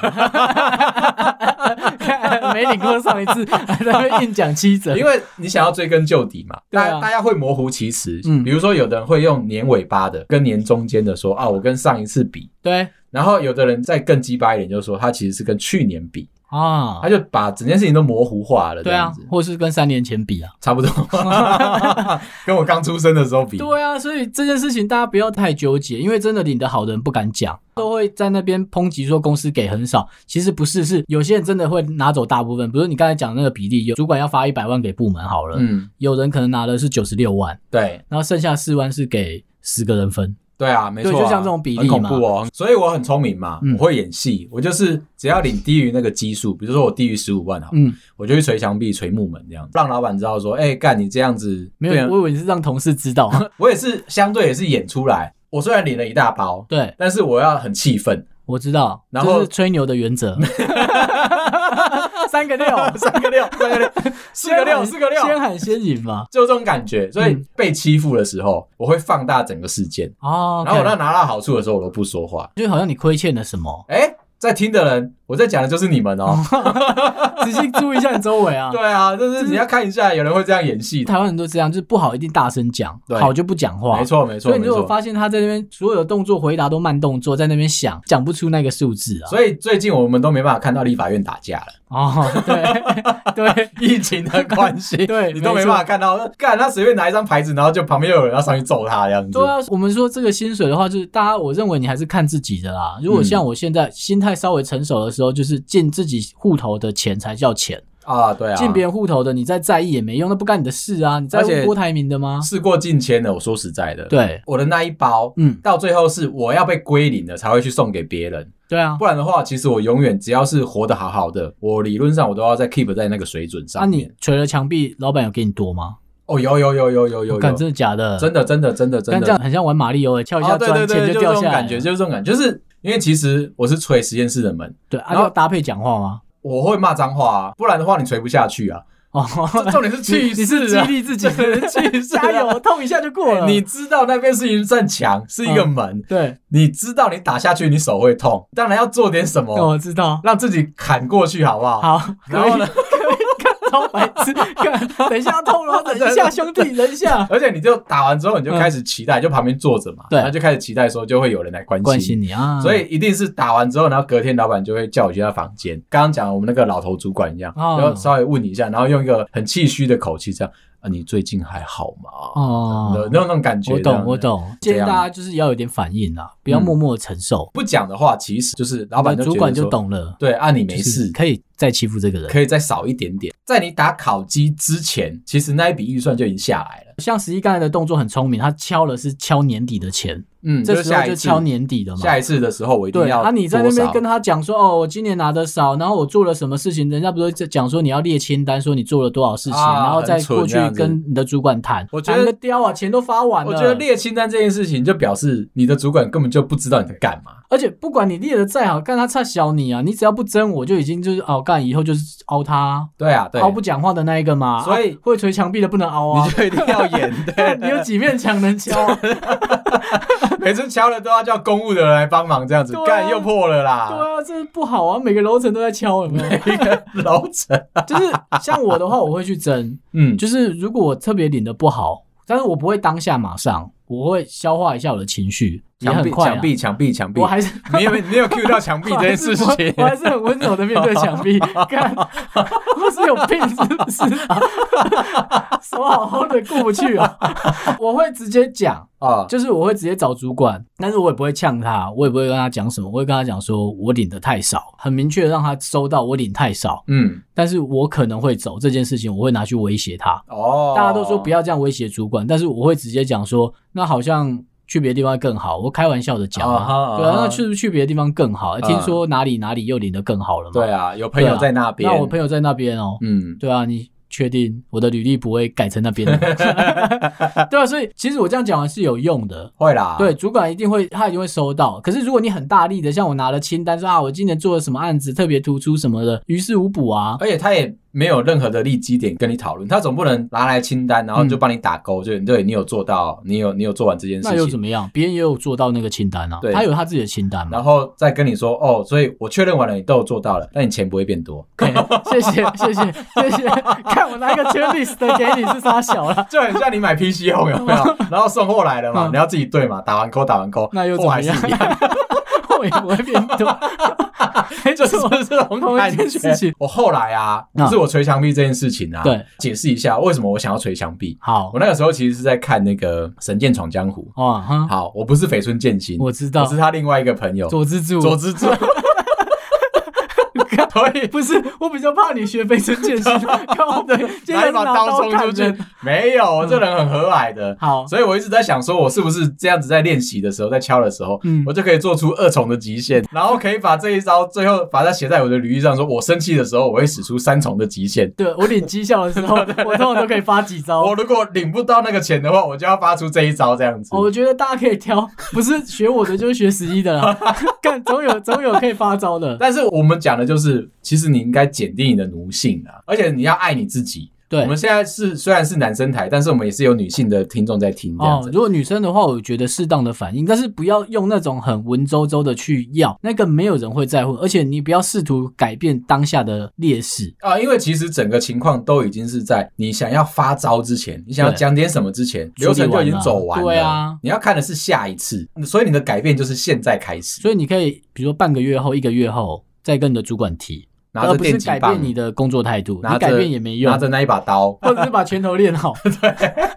[SPEAKER 2] 没领过上一次，还在那边硬讲七折
[SPEAKER 1] 因。为你想要追根究底嘛，
[SPEAKER 2] 对啊
[SPEAKER 1] 大家大家会模糊其词。
[SPEAKER 2] 嗯
[SPEAKER 1] 比如说，有的人会用年尾巴的跟年中间的说，啊，我跟上一次比。
[SPEAKER 2] 对，
[SPEAKER 1] 然后有的人再更鸡巴一点，就说他其实是跟去年比。
[SPEAKER 2] 啊
[SPEAKER 1] 他，就把整件事情都模糊化了，这
[SPEAKER 2] 对
[SPEAKER 1] 样
[SPEAKER 2] 啊
[SPEAKER 1] 子，，
[SPEAKER 2] 或是跟三年前比啊，
[SPEAKER 1] 差 不多，跟我刚出生的时候比，
[SPEAKER 2] 对啊，所以这件事情大家不要太纠结，因为真的领得好的人不敢讲，都会在那边抨击说公司给很少，其实不是，是有些人真的会拿走大部分，比如你刚才讲的那个比例，有主管要发一百万给部门好了，
[SPEAKER 1] 嗯，
[SPEAKER 2] 有人可能拿的是九十六万，
[SPEAKER 1] 对，
[SPEAKER 2] 然后剩下四万是给十个人分，
[SPEAKER 1] 对啊，没错啊、
[SPEAKER 2] 对就像这种比例
[SPEAKER 1] 很恐
[SPEAKER 2] 嘛
[SPEAKER 1] 怖哦。所以我很聪明嘛，
[SPEAKER 2] 嗯
[SPEAKER 1] 我会演戏，我就是只要领低于那个基数，比如说我低于十五万好，
[SPEAKER 2] 嗯，
[SPEAKER 1] 我就去捶墙壁、捶木门这样子，让老板知道说，哎、干你这样子，
[SPEAKER 2] 没
[SPEAKER 1] 对啊
[SPEAKER 2] 有，我以为你是让同事知道，啊
[SPEAKER 1] 我也是相对也是演出来，我虽然领了一大包，
[SPEAKER 2] 对
[SPEAKER 1] 但是我要很气 愤，
[SPEAKER 2] 我知道，
[SPEAKER 1] 然后
[SPEAKER 2] 这是吹牛的原则，三个六，
[SPEAKER 1] 哦 三个六，三个六，四个六，四个六，
[SPEAKER 2] 先喊先赢嘛，
[SPEAKER 1] 就这种感觉。所以
[SPEAKER 2] 嗯
[SPEAKER 1] 被欺负的时候，我会放大整个事件，
[SPEAKER 2] 哦，
[SPEAKER 1] 然后我
[SPEAKER 2] 那
[SPEAKER 1] 让拿到好处的时候，我都不说话。
[SPEAKER 2] 就好像你亏欠了什么，
[SPEAKER 1] 哎、在听的人，我在讲的就是你们哦、
[SPEAKER 2] 仔细注意一下你周围 啊。
[SPEAKER 1] 对啊，就是你要看一下，有人会这样演戏。
[SPEAKER 2] 台湾人都这样，就是不好一定大声讲，
[SPEAKER 1] 对
[SPEAKER 2] 好就不讲话。
[SPEAKER 1] 没。错，没错，
[SPEAKER 2] 所
[SPEAKER 1] 没
[SPEAKER 2] 以你如果
[SPEAKER 1] 错。
[SPEAKER 2] 发现他在那边所有的动作回答都慢动作，在那边想，讲不出那个数字啊。
[SPEAKER 1] 所以最近我们都没办法看到立法院打架了，
[SPEAKER 2] 哦， 对对，
[SPEAKER 1] 疫情的关系，
[SPEAKER 2] 对
[SPEAKER 1] 你都
[SPEAKER 2] 没
[SPEAKER 1] 没
[SPEAKER 2] 错
[SPEAKER 1] 办法看到。干他随便拿一张牌子，然后就旁边又有人要上去揍他这样子
[SPEAKER 2] 对。啊。我们说这个薪水的话，就是大家我认为你还是看自己的啦。如果
[SPEAKER 1] 嗯
[SPEAKER 2] 像我现在心态稍微成熟的时候，就是进自己户头的钱才叫钱，
[SPEAKER 1] 啊，对啊，
[SPEAKER 2] 进别人户头的你再在意也没用，那不干你的事啊。你在
[SPEAKER 1] 而且
[SPEAKER 2] 乎郭台铭的吗？
[SPEAKER 1] 事过境迁了。我说实在的，，
[SPEAKER 2] 对，
[SPEAKER 1] 我的那一包。
[SPEAKER 2] 嗯，
[SPEAKER 1] 到最后是我要被归零了，才会去送给别人，
[SPEAKER 2] 对啊。
[SPEAKER 1] 不然的话，其实我永远只要是活得好好的，我理论上我都要在 keep 在那个水准
[SPEAKER 2] 那
[SPEAKER 1] 上面
[SPEAKER 2] 啊你。捶了墙壁，老板有给你多吗？
[SPEAKER 1] 哦，有有有有有有有，
[SPEAKER 2] 干，真的假的？
[SPEAKER 1] 真的真的真的真
[SPEAKER 2] 但
[SPEAKER 1] 的
[SPEAKER 2] 这样很像玩马里奥，欸跳一下
[SPEAKER 1] 啊，对对
[SPEAKER 2] 砖，
[SPEAKER 1] 对，
[SPEAKER 2] 钱
[SPEAKER 1] 就
[SPEAKER 2] 掉
[SPEAKER 1] 这
[SPEAKER 2] 下
[SPEAKER 1] 种
[SPEAKER 2] 来了。
[SPEAKER 1] 感觉，就是这种感觉，就是因为其实我是捶实验室的门，
[SPEAKER 2] 对，啊，
[SPEAKER 1] 然后
[SPEAKER 2] 要搭配讲话吗？
[SPEAKER 1] 我会骂脏话啊，不然的话你捶不下去 啊。
[SPEAKER 2] 哦，
[SPEAKER 1] 这重点是
[SPEAKER 2] 你
[SPEAKER 1] 气
[SPEAKER 2] 你是
[SPEAKER 1] 势
[SPEAKER 2] 激
[SPEAKER 1] 啊，
[SPEAKER 2] 励自己，
[SPEAKER 1] 气势啊
[SPEAKER 2] 加油，痛一下就过了。嗯
[SPEAKER 1] 你知道那边是一扇墙，是一个门，
[SPEAKER 2] 对，
[SPEAKER 1] 你知道你打下去你手会痛，当然要做点什么，
[SPEAKER 2] 哦我知道。
[SPEAKER 1] 让自己砍过去，好不好？
[SPEAKER 2] 好，
[SPEAKER 1] 然后呢
[SPEAKER 2] 可以？可以超白痴，看等一下痛了，等一下兄弟，等一下。
[SPEAKER 1] 而且你就打完之后，你就开始期待，就旁边坐着嘛，
[SPEAKER 2] 嗯对
[SPEAKER 1] 然后就开始期待说就会有人来关
[SPEAKER 2] 关
[SPEAKER 1] 心
[SPEAKER 2] 心你啊，
[SPEAKER 1] 所以一定是打完之后，然后隔天老板就会叫我去他房间。刚刚讲我们那个老头主管一样，
[SPEAKER 2] 哦
[SPEAKER 1] 然后稍微问你一下，然后用一个很气虚的口气这样啊，你最近还好吗？
[SPEAKER 2] 哦
[SPEAKER 1] 的，那种那种感觉，
[SPEAKER 2] 我
[SPEAKER 1] 这样
[SPEAKER 2] 懂
[SPEAKER 1] 子
[SPEAKER 2] 我。懂，
[SPEAKER 1] 这
[SPEAKER 2] 建议
[SPEAKER 1] 样
[SPEAKER 2] 大家就是要有点反应啊，不要默默地承受。
[SPEAKER 1] 不讲的话，其实就是老板
[SPEAKER 2] 你的
[SPEAKER 1] 就
[SPEAKER 2] 主
[SPEAKER 1] 觉得
[SPEAKER 2] 管就
[SPEAKER 1] 说，
[SPEAKER 2] 懂了，
[SPEAKER 1] 对，啊，你没
[SPEAKER 2] 就是
[SPEAKER 1] 事，
[SPEAKER 2] 可以再欺负这个人。
[SPEAKER 1] 可以再少一点点。在你打烤鸡之前，其实那一笔预算就已经下来了。
[SPEAKER 2] 像十一刚才的动作很聪明，他敲了是敲年底的钱，
[SPEAKER 1] 嗯，
[SPEAKER 2] 这
[SPEAKER 1] 就
[SPEAKER 2] 时候
[SPEAKER 1] 下
[SPEAKER 2] 就
[SPEAKER 1] 一
[SPEAKER 2] 敲
[SPEAKER 1] 次，
[SPEAKER 2] 年底的嘛。
[SPEAKER 1] 下一次的时候我一定
[SPEAKER 2] 对
[SPEAKER 1] 要
[SPEAKER 2] 啊，你在那
[SPEAKER 1] 多
[SPEAKER 2] 边
[SPEAKER 1] 少
[SPEAKER 2] 跟他讲说，哦，我今年拿的少，然后我做了什么事情，人家不是在讲说你要列清单，说你做了多少事情，
[SPEAKER 1] 啊
[SPEAKER 2] 然后再
[SPEAKER 1] 很蠢
[SPEAKER 2] 过去
[SPEAKER 1] 这样子
[SPEAKER 2] 跟你的主管谈。
[SPEAKER 1] 我觉得
[SPEAKER 2] 谈个雕啊，钱都发完了。
[SPEAKER 1] 我觉得，列清单这件事情，就表示你的主管根本就不知道你在干嘛。
[SPEAKER 2] 而且不管你列的再好，干他差小你啊，你只要不争，我就已经就是哦，干以后就是凹他，
[SPEAKER 1] 对啊，对，
[SPEAKER 2] 凹哦不讲话的那一个嘛。
[SPEAKER 1] 所以
[SPEAKER 2] 啊会捶墙壁的不能凹啊
[SPEAKER 1] 你。就一定要演， 对，
[SPEAKER 2] 你有几面墙能敲啊？ 对
[SPEAKER 1] 每次敲了都要叫公务的人来帮忙，这样子
[SPEAKER 2] 对啊
[SPEAKER 1] 干、又破了啦。
[SPEAKER 2] 啊，这不好啊！每个楼层都在敲， 有没有？
[SPEAKER 1] 一个楼层，
[SPEAKER 2] 就是像我的话，我会去争，
[SPEAKER 1] 嗯，
[SPEAKER 2] 就是如果我特别领的不好，但是我不会当下马上，我会消化一下我的情绪，也
[SPEAKER 1] 墙壁
[SPEAKER 2] 很快、啊。
[SPEAKER 1] 墙壁，墙壁，墙壁
[SPEAKER 2] 我，还是
[SPEAKER 1] 你有没有你有 cue 到墙壁这件事
[SPEAKER 2] 我还是
[SPEAKER 1] 情
[SPEAKER 2] 我？还是很温柔的面对墙壁， 看我是有病是不是啊？ 手好好的过不去啊！我会直接讲，
[SPEAKER 1] 啊，
[SPEAKER 2] 就是我会直接找主管，但是我也不会呛他，我也不会跟他讲什么，我会跟他讲说我领的太少，很明确的让他收到我领太少，
[SPEAKER 1] 嗯，
[SPEAKER 2] 但是我可能会走这件事情，我会拿去威胁他。
[SPEAKER 1] 哦，
[SPEAKER 2] 大家都说不，要这样威胁主管，但是我会直接讲说，那好像去别的地方更好。我开玩笑的讲
[SPEAKER 1] 啊哈啊
[SPEAKER 2] 啊，
[SPEAKER 1] 哈
[SPEAKER 2] 对啊，那去不去别的地方更好？欸
[SPEAKER 1] 嗯
[SPEAKER 2] 听说哪里哪里又领得更好了嘛？
[SPEAKER 1] 对啊，有朋友在那边，
[SPEAKER 2] 那我朋友在那边哦，
[SPEAKER 1] 嗯，
[SPEAKER 2] 对啊，你确定我的履历不会改成那边 的？ 对啊，所以其实我这样讲完是有用的。
[SPEAKER 1] 会啦，
[SPEAKER 2] 对，，主管一定会，他一定会收到。可是如果你很大力的，像我拿了清单说啊，我今年做了什么案子特别突出什么的，于事无补啊。
[SPEAKER 1] 而且他也没有任何的利基点跟你讨论，他总不能拿来清单，然
[SPEAKER 2] 嗯
[SPEAKER 1] 后就帮你打勾，就对你有做到，你有你有做完这件
[SPEAKER 2] 那又
[SPEAKER 1] 事
[SPEAKER 2] 怎
[SPEAKER 1] 情。
[SPEAKER 2] 么样？别人也有做到那个清单啊
[SPEAKER 1] 对，
[SPEAKER 2] 他有他自己的清单嘛。
[SPEAKER 1] 然后再跟你说哦，所以我确认完了，你都有做到了，但你钱不会变多，
[SPEAKER 2] 对，谢谢谢谢谢谢，看我拿一个 c h e c k l i s t 给你是啥小了。
[SPEAKER 1] 就很像你买 PC 用有没有？然后送货来了嘛，
[SPEAKER 2] 嗯
[SPEAKER 1] 你要自己对嘛，打完勾打完勾，
[SPEAKER 2] 那又怎
[SPEAKER 1] 货
[SPEAKER 2] 么
[SPEAKER 1] 还是
[SPEAKER 2] 样
[SPEAKER 1] 一样，
[SPEAKER 2] 我也不会变多。哎，
[SPEAKER 1] 这
[SPEAKER 2] 就是是
[SPEAKER 1] 不
[SPEAKER 2] 我
[SPEAKER 1] 是龙
[SPEAKER 2] 同
[SPEAKER 1] 潭
[SPEAKER 2] 一件事情
[SPEAKER 1] 我后来啊，
[SPEAKER 2] 嗯
[SPEAKER 1] 不是我捶墙壁这件事情啊，
[SPEAKER 2] 对，
[SPEAKER 1] 解释一下为什么我想要捶墙壁。
[SPEAKER 2] 好
[SPEAKER 1] 我那个时候其实是在看那个《神剑闯江湖》。
[SPEAKER 2] 哦，哈，
[SPEAKER 1] 好，我不是绯村剑心，
[SPEAKER 2] 我知道
[SPEAKER 1] 我是他另外一个朋友
[SPEAKER 2] 佐之助，
[SPEAKER 1] 佐之 助。 所以
[SPEAKER 2] 不是，我比较怕你学飞身 剑士，靠背，今
[SPEAKER 1] 拿
[SPEAKER 2] 天
[SPEAKER 1] 一把
[SPEAKER 2] 拿
[SPEAKER 1] 刀
[SPEAKER 2] 刀
[SPEAKER 1] 冲出
[SPEAKER 2] 砍
[SPEAKER 1] 去
[SPEAKER 2] 人。，
[SPEAKER 1] 没有，我这人很和蔼的。
[SPEAKER 2] 好，
[SPEAKER 1] 所以我一直在想，说我是不是这样子在练习的时候，在敲的时候，
[SPEAKER 2] 嗯
[SPEAKER 1] 我就可以做出二重的极限，然后可以把这一招最后把它写在我的履历上，说我生气的时候，我会使出三重的极限。
[SPEAKER 2] 对我领绩效的时候，我通常都可以发几招
[SPEAKER 1] 我。如果领不到那个钱的话，我就要发出这一招，这样子。
[SPEAKER 2] 哦我觉得大家可以挑，不是学我的就是学十一的啦， 干总有总有可以发招的。
[SPEAKER 1] 但是我们讲的就是，其实你应该减低你的奴性啊，而且你要爱你自己。
[SPEAKER 2] 对
[SPEAKER 1] 我们现在是虽然是男生台，但是我们也是有女性的听众在听这样
[SPEAKER 2] 哦
[SPEAKER 1] 子，。
[SPEAKER 2] 如果女生的话，我觉得适当的反应，但是不要用那种很文绉绉的去要，那个没有人会在乎，而且你不要试图改变当下的劣势。
[SPEAKER 1] 啊，因为其实整个情况都已经是在你想要发招之前，你想要
[SPEAKER 2] 对
[SPEAKER 1] 讲点什么之前，
[SPEAKER 2] 理完
[SPEAKER 1] 流
[SPEAKER 2] 了
[SPEAKER 1] 程就已经走完了。
[SPEAKER 2] 对啊
[SPEAKER 1] 你要看的是下一次，所以你的改变就是现在开始，
[SPEAKER 2] 所以你可以，比如说半个月后、一个月后，再跟你的主管提，
[SPEAKER 1] 拿
[SPEAKER 2] 而
[SPEAKER 1] 着
[SPEAKER 2] 不是
[SPEAKER 1] 电击
[SPEAKER 2] 改
[SPEAKER 1] 棒
[SPEAKER 2] 变，你的工作态度，
[SPEAKER 1] 拿
[SPEAKER 2] 你
[SPEAKER 1] 着
[SPEAKER 2] 改变也没用
[SPEAKER 1] 拿，着那一把刀。
[SPEAKER 2] 或者是把拳头练 好。 对，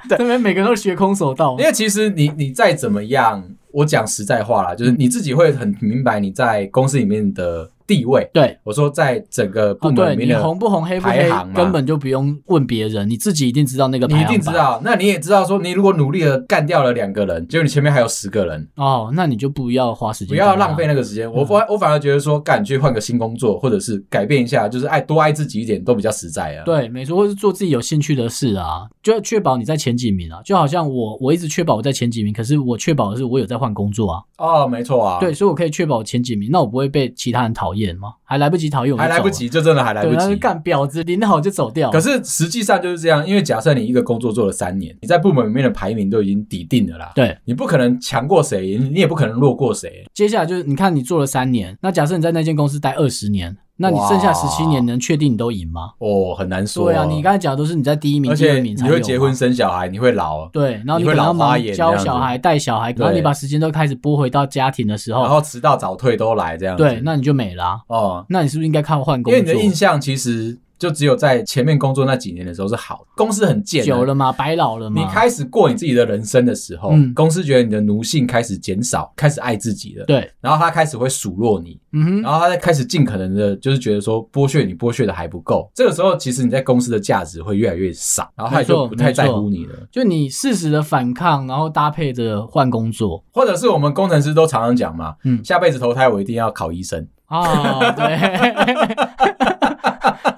[SPEAKER 2] 这边每个人都学空手道
[SPEAKER 1] 因。为其实你你再怎么样，我讲实在话啦，
[SPEAKER 2] 嗯
[SPEAKER 1] 就是你自己会很明白你在公司里面的地位。
[SPEAKER 2] 对，
[SPEAKER 1] 我说在整个部
[SPEAKER 2] 哦，
[SPEAKER 1] 门
[SPEAKER 2] 对
[SPEAKER 1] 里面
[SPEAKER 2] 你
[SPEAKER 1] 的、
[SPEAKER 2] 红不红、黑不
[SPEAKER 1] 排
[SPEAKER 2] 黑
[SPEAKER 1] 行，嘛
[SPEAKER 2] 根本就不用问别人，你自己一定知道那个排
[SPEAKER 1] 你
[SPEAKER 2] 行
[SPEAKER 1] 一
[SPEAKER 2] 榜。
[SPEAKER 1] 定知道，那你也知道说，你如果努力的干掉了两个人，结果你前面还有十个人，
[SPEAKER 2] 哦，那你就不要花时间，
[SPEAKER 1] 不要浪费。那个时间。
[SPEAKER 2] 嗯
[SPEAKER 1] 我反我反而觉得说，干去换个新工作，或者是改变一下，就是爱多爱自己一点，都比较实在啊。，
[SPEAKER 2] 对，没错，或是做自己有兴趣的事啊，就要确保你在前几名啊。就好像我，我一直确保我在前几名，可是我确保的是我有在换工作啊。
[SPEAKER 1] 哦，没错啊，
[SPEAKER 2] 对，，所以我可以确保前几名，那我不会被其他人讨厌吗？还来不及讨厌，我就
[SPEAKER 1] 还来
[SPEAKER 2] 走
[SPEAKER 1] 不
[SPEAKER 2] 了。
[SPEAKER 1] 及，就真的还来
[SPEAKER 2] 对，
[SPEAKER 1] 不
[SPEAKER 2] 他就
[SPEAKER 1] 及。
[SPEAKER 2] 干婊子，领好就走掉。
[SPEAKER 1] 可是实际上就是这样，因为假设你一个工作做了三年，你在部门里面的排名都已经底定了啦。
[SPEAKER 2] 对，
[SPEAKER 1] 你不可能强过谁，你也不可能弱过谁。
[SPEAKER 2] 接下来就是你看你做了三年，那假设你在那间公司待二十年，那你剩下
[SPEAKER 1] 哇
[SPEAKER 2] 十七年能确定你都赢吗？
[SPEAKER 1] 哦，很难说。
[SPEAKER 2] 对啊，你刚才讲的都是你在第一名、
[SPEAKER 1] 而
[SPEAKER 2] 第
[SPEAKER 1] 且
[SPEAKER 2] 二名才
[SPEAKER 1] 你
[SPEAKER 2] 有嘛
[SPEAKER 1] 会结婚。生小孩，你会老，
[SPEAKER 2] 对，然后
[SPEAKER 1] 你
[SPEAKER 2] 你
[SPEAKER 1] 会
[SPEAKER 2] 可
[SPEAKER 1] 老
[SPEAKER 2] 能要
[SPEAKER 1] 花
[SPEAKER 2] 忙
[SPEAKER 1] 眼这
[SPEAKER 2] 教
[SPEAKER 1] 样子
[SPEAKER 2] 小孩、带小孩，然后
[SPEAKER 1] 对
[SPEAKER 2] 你把时间都开始拨回到家庭的时
[SPEAKER 1] 然
[SPEAKER 2] 候，
[SPEAKER 1] 后迟到早退都来这样子。
[SPEAKER 2] 对，那你就没啊啦、
[SPEAKER 1] 哦，
[SPEAKER 2] 那你是不是应该靠换工
[SPEAKER 1] 因
[SPEAKER 2] 作？
[SPEAKER 1] 为你的印象其实就只有在前面工作那几年的时候是好的，公司很贱啊，
[SPEAKER 2] 久了嘛，白老了嘛。
[SPEAKER 1] 你开始过你自己的人生的时候，
[SPEAKER 2] 嗯
[SPEAKER 1] 公司觉得你的奴性开始减少，开始爱自己了。
[SPEAKER 2] 对，
[SPEAKER 1] 然后他开始会数落你，
[SPEAKER 2] 嗯哼，
[SPEAKER 1] 然后他再开始尽可能的，就是觉得说剥削你，剥削的还不够。这个时候，其实你在公司的价值会越来越少，然后他也就
[SPEAKER 2] 没错
[SPEAKER 1] 不太在乎你了。
[SPEAKER 2] 就你适时的反抗，然后搭配着换工作
[SPEAKER 1] 或者是我们工程师都常常讲嘛，
[SPEAKER 2] 嗯
[SPEAKER 1] 下辈子投胎我一定要考医生。
[SPEAKER 2] 哦，对。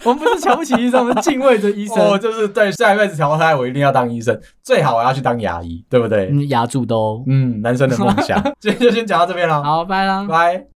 [SPEAKER 2] 我们不是瞧不起医生，我们敬畏着医生。
[SPEAKER 1] 我哦就是对下一辈子投胎我一定要当医生，最好我要去当牙医，对不对？
[SPEAKER 2] 嗯，牙柱都
[SPEAKER 1] 嗯，男生的梦想。今天就先讲到这边了，
[SPEAKER 2] 好，拜啦。
[SPEAKER 1] 拜。